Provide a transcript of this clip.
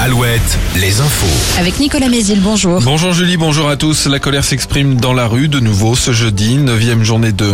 Alouette, les infos. Avec Nicolas Mézil, bonjour. Bonjour Julie, bonjour à tous. La colère s'exprime dans la rue de nouveau ce jeudi, neuvième journée de